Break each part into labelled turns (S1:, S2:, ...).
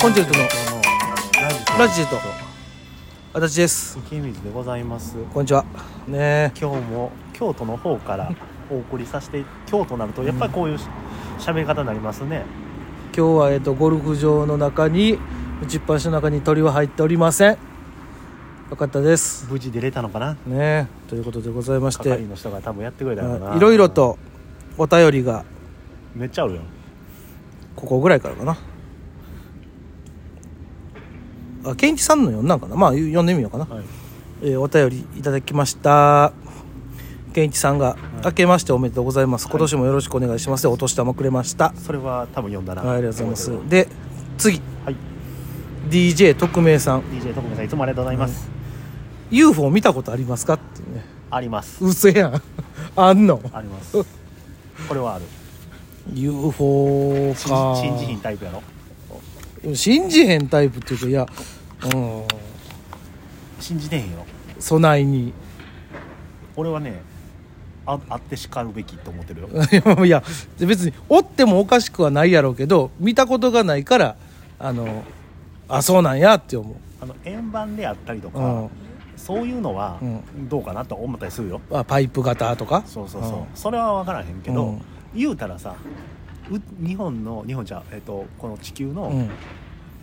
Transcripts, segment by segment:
S1: コンチェルトの
S2: ラ
S1: ラ
S2: ジ
S1: ジ
S2: エ
S1: エ
S2: ッ
S1: ッ
S2: ト
S1: ト私です
S2: 池水でございます
S1: こんにちはね
S2: 今日も京都の方からお送りさせ て京都になるとやっぱりこういうし喋り方になりますね
S1: え今日は、えっと、ゴルフ場の中に打ちっぱなしの中に鳥は入っておりませんよかったです
S2: 無事出れたのかな
S1: ねえということでございまして
S2: 係の人が多分やってくれたのかな
S1: はいいろいろとお便りが
S2: めっちゃあるよ
S1: ここぐらいからかなあケンイチさんの読んだんかなまあ読んでみようかな、
S2: はい
S1: えーお便りいただきましたケンイチさんが、明けましておめでとうございます今年もよろしくお願いします」でお年玉くれました
S2: それは多分読んだな
S1: はい、ありがとうございます。で、次、
S2: はい
S1: DJ 特命さん、
S2: DJ 徳光さんいつもありがとうございます、
S1: UFO 見たことありますかっていうね。
S2: あります
S1: うせやん。 あんの
S2: ありますこれはある
S1: ?UFO
S2: 新
S1: か。
S2: 新時品タイプやろ
S1: 信じへんタイプっていうか、いや、うん、
S2: 信じてへんよ
S1: 備えに。
S2: 俺はねああってしかるべきと思ってるよ
S1: いや、別に、おってもおかしくはないやろうけど、見たことがないから、あの、あ、そうなんやって思う。
S2: あの円盤であったりと
S1: う
S2: か
S1: ん
S2: そういうのは
S1: うん
S2: どうかなと思ったりするよ
S1: あパイプ型とか。
S2: そうそうそう、それは分からへんけど、
S1: うん
S2: 言うたらさう日本の日本じゃ、えっと、この地球
S1: う
S2: の
S1: ん。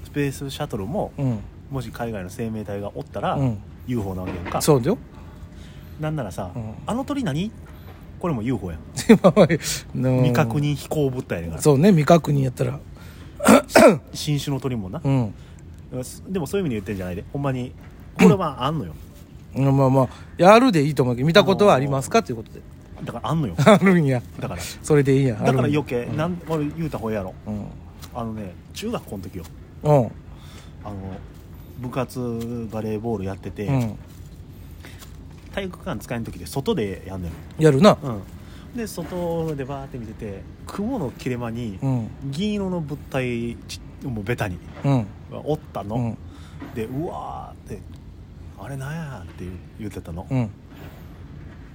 S2: スペースシャトルも、
S1: うん。
S2: もし海外の生命体がおったら、
S1: うん
S2: UFO なわけやんか
S1: そうだよ。
S2: なんならさ、
S1: うん
S2: あの鳥何これも UFO やん
S1: 未
S2: 未確認飛行物体やねんから
S1: そうね未確認やったら
S2: 新種の鳥もな
S1: う、ん
S2: でもそういう意味で言ってんじゃないでほんまにこれはあんのよ
S1: まあまあやるでいいと思うけど見たことはありますかということで
S2: だからあ んのよ
S1: あるんや
S2: だから
S1: それでいいや
S2: だから
S1: あるんや
S2: 余計、なん俺言うた方がええやろ
S1: うん
S2: あのね中学校の時よ
S1: うん
S2: あの部活バレーボールやってて、
S1: うん
S2: 体育館使えん時で外でやんねん、
S1: やるな
S2: うん、で外でバーって見てて雲の切れ間に
S1: うん
S2: 銀色の物体ちもうベタに
S1: うん
S2: おったの、
S1: うん
S2: でうわーってあれなんやって言ってたの、
S1: うん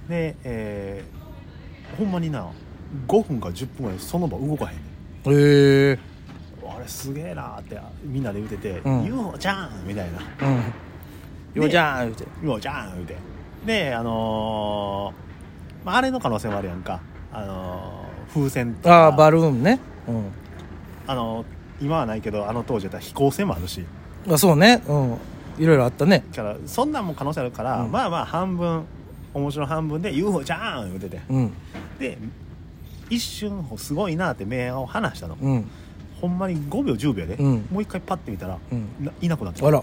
S2: で、えーほんまにな5分か10分ぐらいその場動かへんねん
S1: へえ
S2: あれすげえなーってみんなで言ってて「
S1: うん
S2: UFO じゃん!」みたいな
S1: うんようじゃん言うて
S2: 「UFO じゃん!」言うてであのーまあ、あれの可能性もあるやんか、あのー風船とか
S1: ああバルーンねうん
S2: あの今はないけどあの当時やったら飛行船もあるし
S1: あそうねうんいろいろあったね
S2: だからそんなんも可能性あるから、
S1: うん
S2: まあまあ半分面白半分で UFO じゃん言うてて
S1: うん
S2: で一瞬すごいなって目を離したの、
S1: うん
S2: ほんまに5秒10秒で、
S1: うん
S2: もう一回パッて見たら、
S1: うん
S2: ないなくなってた
S1: あら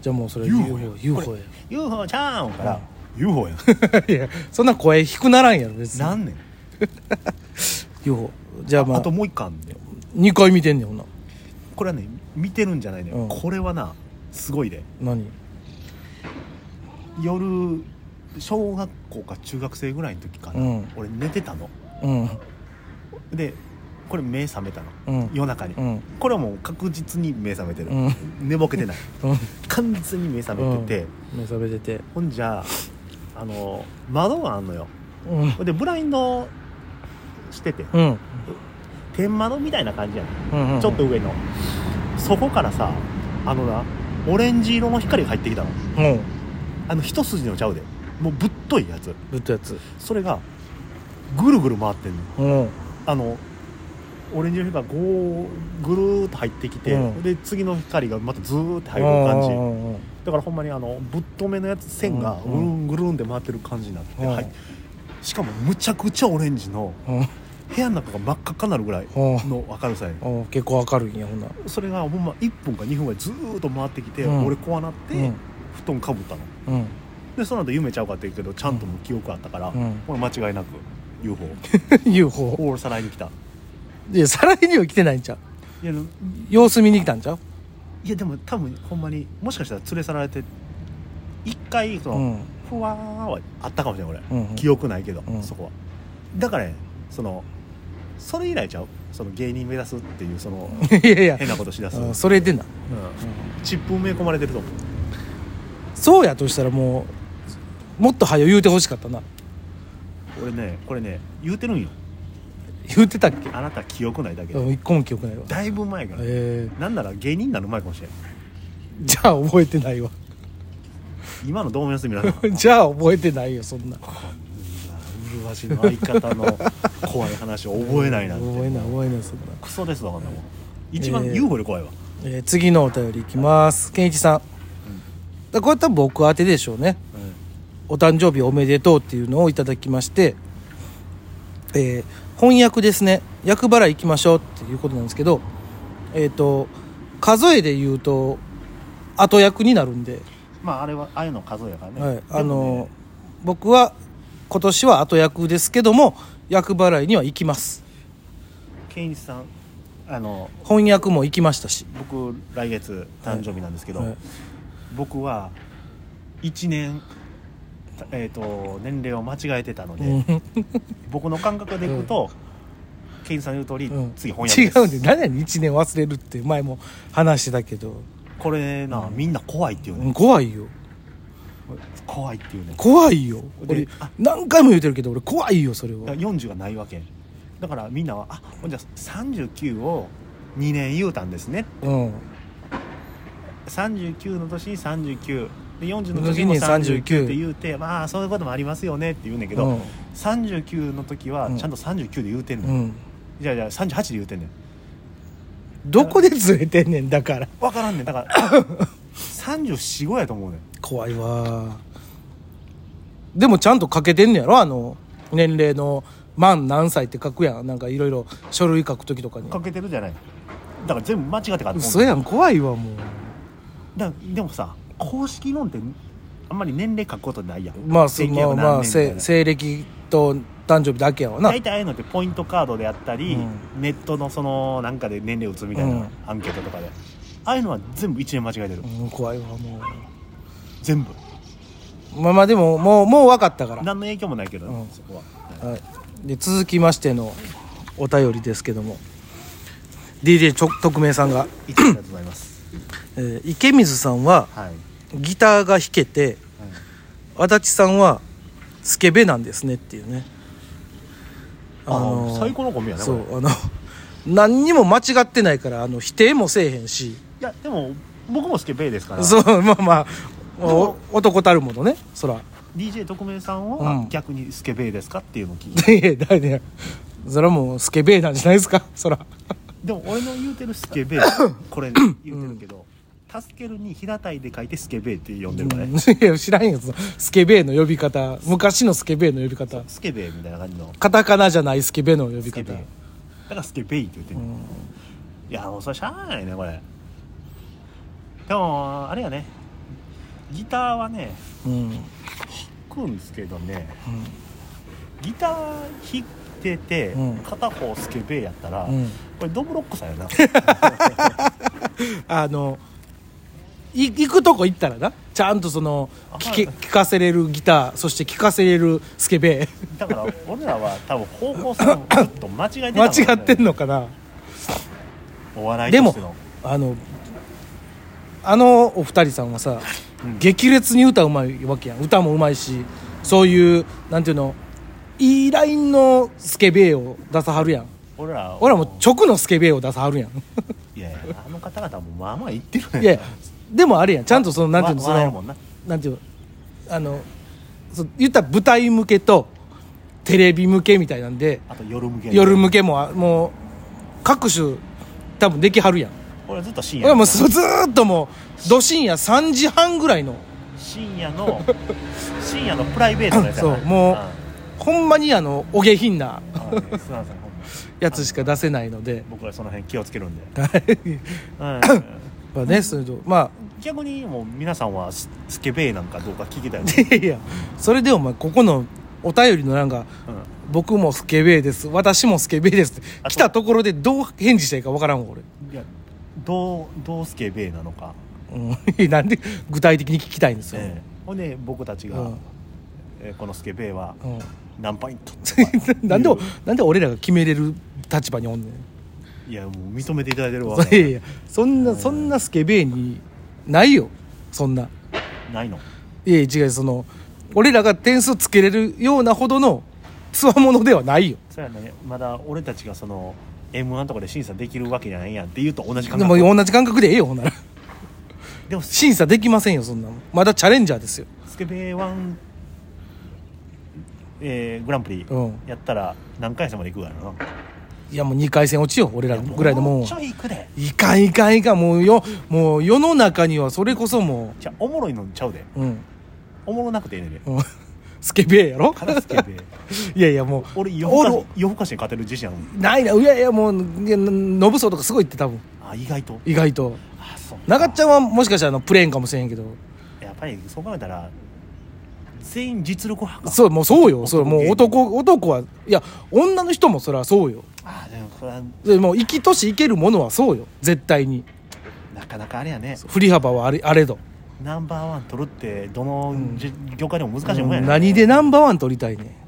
S1: じゃあもうそれ
S2: UFO や
S1: UFO や
S2: UFO ちゃーんから、UFO やん
S1: いやそんな声低く ならんやろ別に
S2: 何年
S1: UFO じゃあま
S2: あ
S1: あ
S2: ともう一回あんねん
S1: 2回見てんねんほな
S2: これはね見てるんじゃないのよ、
S1: うん
S2: これはなすごいで
S1: 何
S2: 夜小学校か中学生ぐらいの時かな、
S1: うん
S2: 俺寝てたの
S1: うん
S2: でこれ目覚めたの、
S1: うん
S2: 夜中に、
S1: うん
S2: これはもう確実に目覚めてる、
S1: うん
S2: 寝ぼけてない
S1: うん
S2: 完全に目覚めてて、
S1: 目覚めてて
S2: ほんじゃあの窓があんのよ
S1: うん
S2: でブラインドしてて、
S1: うん
S2: 天窓みたいな感じやね、
S1: うんうん
S2: ちょっと上のそこからさあのなオレンジ色の光が入ってきたの
S1: うん
S2: あの一筋のちゃうでもうぶっといやつ
S1: ぶったやつ
S2: それがぐるぐる回ってんの
S1: うん
S2: あのオレンジの光がゴーぐるーっと入ってきて、
S1: うん
S2: で次の光がまたずーって
S1: あ
S2: 入る感じ、
S1: うん
S2: だからほんまにあのぶっとめのやつ線が
S1: う
S2: うんるんぐるんで回ってる感じになって、
S1: うん
S2: はいしかもむちゃくちゃオレンジの
S1: うんうん
S2: 部屋の中が真っ赤っかになるぐらい
S1: うん
S2: の明るさやね
S1: うん結構明るいんやほんなら
S2: それがほんま1分か2分ぐらいずーっと回ってきて、
S1: うん
S2: 俺怖なって、
S1: うん
S2: 布団かぶったの
S1: うん
S2: でその後夢ちゃうかって言うけどちゃんともう記憶あったから、
S1: うん
S2: これ間違いなく UFO
S1: UFO
S2: オールさらいに来た
S1: いやさらには来てないんちゃう
S2: いやでも
S1: 様子見に来たんちゃう
S2: いやでも多分ほんまにもしかしたら連れ去られて一回その、
S1: うん
S2: ふわーはあったかもしれない俺、
S1: うんうん
S2: 記憶ないけど、
S1: うん
S2: そこはだからねそのそれ以来ちゃうその芸人目指すっていうその
S1: いやいや
S2: 変なことしだす、
S1: うんそれでな
S2: うんチップ埋め込まれてると思う
S1: そうやとしたらもうもっと早よ言うてほしかったな
S2: 俺ねこれね言うてるんよ
S1: 言ってたっけ
S2: あなた記憶ないだけで、
S1: うん一個も記憶ないわ
S2: だいぶ前から、
S1: え
S2: なんなら芸人になる前かもしれない
S1: ー、じゃあ覚えてないわ
S2: 今のどう思います皆さん う
S1: じゃあ覚えてないよそんな
S2: るわしの相方の怖い話を覚えないなんて
S1: 覚えない覚えないそんな、
S2: クソですわあんなもん一番
S1: えー
S2: UFO より怖いわ、
S1: えー次のお便りいきます健一さん、だこれ多分僕宛てでしょうねお誕生日おめでとうっていうのをいただきまして、えー翻訳ですね役払い行きましょうっていうことなんですけどえっ、と数えで言うと後役になるんで、
S2: まああれはああいうの数やからね、
S1: はい
S2: でもね
S1: あの僕は今年は後役ですけども役払いには行きます
S2: ケインさんあの
S1: 翻訳も行きましたし、
S2: 僕来月誕生日なんですけど、
S1: はい
S2: 僕は1年えー、と年齢を間違えてたので、
S1: うん
S2: 僕の感覚でいくと、ケインさんの言う通り、
S1: うん
S2: 次翻訳です
S1: 違うんで何やねん1年忘れるって前も話してたけど、
S2: これな、みんな怖いっていう
S1: う
S2: ね、
S1: ん怖いよ
S2: 怖いっていうね
S1: 怖いよ
S2: で
S1: 俺
S2: あ
S1: 何回も言うてるけど俺怖いよそれ
S2: だから
S1: は
S2: 40がないわけだからみんなはあほんじゃ39を2年言うたんですね
S1: うん
S2: 39の年に39で40の
S1: の
S2: 時
S1: 時
S2: も
S1: に
S2: 39
S1: 39
S2: って言うてまあそういうこともありますよねって言うねんけど、
S1: うん
S2: 39の時はちゃんと39で言うてんの、、
S1: うんん
S2: じゃあじゃあ38で言うてんねん
S1: どこでずれてんねんだから
S2: 分からんねんだから 345やと思うねん
S1: 怖いわでもちゃんと書けてんねやろあの年齢の満何歳って書くやんなんかいろいろ書類書く時とかに
S2: かけてるじゃないだから全部間違ってたと思うねん
S1: 嘘やん怖いわもう
S2: だでもさ公式論ってあんまり年齢書くことないやん
S1: まあそま
S2: 1900
S1: あま
S2: 何年みた
S1: あ
S2: い
S1: せ
S2: な
S1: 西暦と誕生日だけやわな
S2: 大体ああいうのってポイントカードであったり、
S1: うん
S2: ネットのそのなんかで年齢打つみたいな、
S1: うん
S2: アンケートとかでああいうのは全部1年間違えてる、
S1: うん怖いわも
S2: 全部
S1: うまあまあでももうもう分かったから
S2: 何の影響もないけど、
S1: うん
S2: そこは
S1: はい、で続きましてのお便りですけども DJ ちょ特命さんが、
S2: いつもありがとうござい ます
S1: えー池水さんは
S2: はい、はい
S1: ギターが弾けて足立さんはスケベなんですねっていうね
S2: あ
S1: の
S2: の最高のコンビやね
S1: そ
S2: これいう
S1: あの何にも間違ってないからあの否定もせえへんし
S2: やでも僕もスケベですから
S1: そうまあまあ
S2: でも
S1: お男たるものねそら
S2: DJ 特命さん
S1: う
S2: は
S1: ん
S2: 逆にスケベですかっていうのを聞い て、
S1: いやだねそらもうスケベなんじゃないですかそら
S2: でも俺の言うてるスケベ これ言うてるけど、助けるに平たいで書いてスケベって呼んでるからね、
S1: いや知らん よそのスケベの呼び方昔のスケベの呼び方
S2: スケベみたいな感じの
S1: カタカナじゃないスケベの呼び
S2: スケ
S1: 方
S2: ベだからスケベイって言ってる、いやもうそれしゃあないねこれでもあれやねギターはね
S1: うん
S2: 弾くんですけどね、ギター弾いてて、
S1: うん
S2: 片方スケベやったら、
S1: うん
S2: これドブロックさんやな
S1: あのい行くとこ行ったらなちゃんとその
S2: あ
S1: 聞け
S2: はい
S1: 聞かせれるギターそして聞かせれるス ケベ
S2: だから俺らは多分方向性をずっと間違えて
S1: 間
S2: た
S1: 違ってんのかな
S2: お笑い
S1: で
S2: と
S1: も
S2: しての
S1: あのあのお二人さんはさ、
S2: うん
S1: 激烈に歌うまいわけやん歌もうまいしそういうなんていうのいいラインのスケベを出さはるやん
S2: 俺ら
S1: 俺はもう直のスケベを出さ はるやん
S2: いやいやあの方々もまあまあ言ってるね
S1: いやでもあれやんちゃんとそのなんていうの
S2: わ
S1: そ
S2: 笑えるも
S1: の
S2: んな
S1: なんていうのあのそう言ったら舞台向けとテレビ向けみたいなんで
S2: あと夜向け
S1: 夜向けもあもう各種多分できはるやん
S2: 俺はずっと深夜
S1: 俺はもうずずーっともうど深夜3時半ぐらいの
S2: 深夜の深夜のプライベートのやつやな
S1: そうもうほんまにあのお下品な
S2: うんうんすいませんほんま
S1: やつしか出せないので
S2: 僕はその辺気をつけるんで、
S1: はい
S2: うん、
S1: まあ ねそれとま
S2: 逆にもう皆さんはススケベなんかどうか聞きた い、
S1: あいやいやそれでお前ここのお便りのなんか
S2: うん、
S1: 僕もスケベです私もスケベですって
S2: あ
S1: 来たところでどう返事したらいいかわからんわ俺、
S2: いやどうどうスケベなのか、
S1: うん、 なんで具体的に聞きたいんですよ、
S2: ええほんで僕たちが、
S1: うん
S2: えーこのスケベは
S1: うん
S2: 何ポイント
S1: なんで
S2: いう
S1: なんで俺らが決めれる立場におんねん
S2: いやもう認めていただいてるわ
S1: いやいや そんなそんなスケベにないよそんな
S2: ないの
S1: いやいや違うその俺らが点数つけれるようなほどのつわものではないよ
S2: そうやねまだ俺たちがその m 1とかで審査できるわけじゃないやんっていうと同じ感
S1: でも
S2: 覚でも
S1: 同じ感覚でええよほんなら
S2: でもス
S1: 審査できませんよそんなのまだチャレンジャーですよ
S2: ケベ1、えー、グランプリ
S1: うん
S2: やったら何回戦まで行くからない
S1: やもう2回戦落ちよ俺らぐらいのもん
S2: うちょ
S1: はい
S2: 行くで
S1: いかんいかんいかんもうよもう世の中にはそれこそも
S2: じゃあおもろいのちゃうで
S1: ううん
S2: おもろなくてええねんで
S1: うん スケベやろ
S2: からスケ ベ
S1: いやいやもう
S2: 俺夜更か
S1: お
S2: し
S1: る
S2: 夜更かしに勝てる自信あるもん
S1: ないないやいやもういやノブソとかすごいって多分
S2: あ意外と
S1: 意外と
S2: あそう
S1: 長っちゃんはもしかしたらあのプレーンかもしれへんけど
S2: やっぱりそう考えたら全員実力派か
S1: そうもうそうよそうもう
S2: 男
S1: 男男はいや女の人もそれはそうよ
S2: あでもこれは
S1: でもう生きとし生けるものはそうよ絶対に
S2: なかなかあれやね
S1: 振り幅はあれあれど
S2: ナンバーワン取るってどのじ、業界でも難しいもんやね、
S1: 何でナンバーワン取りたいね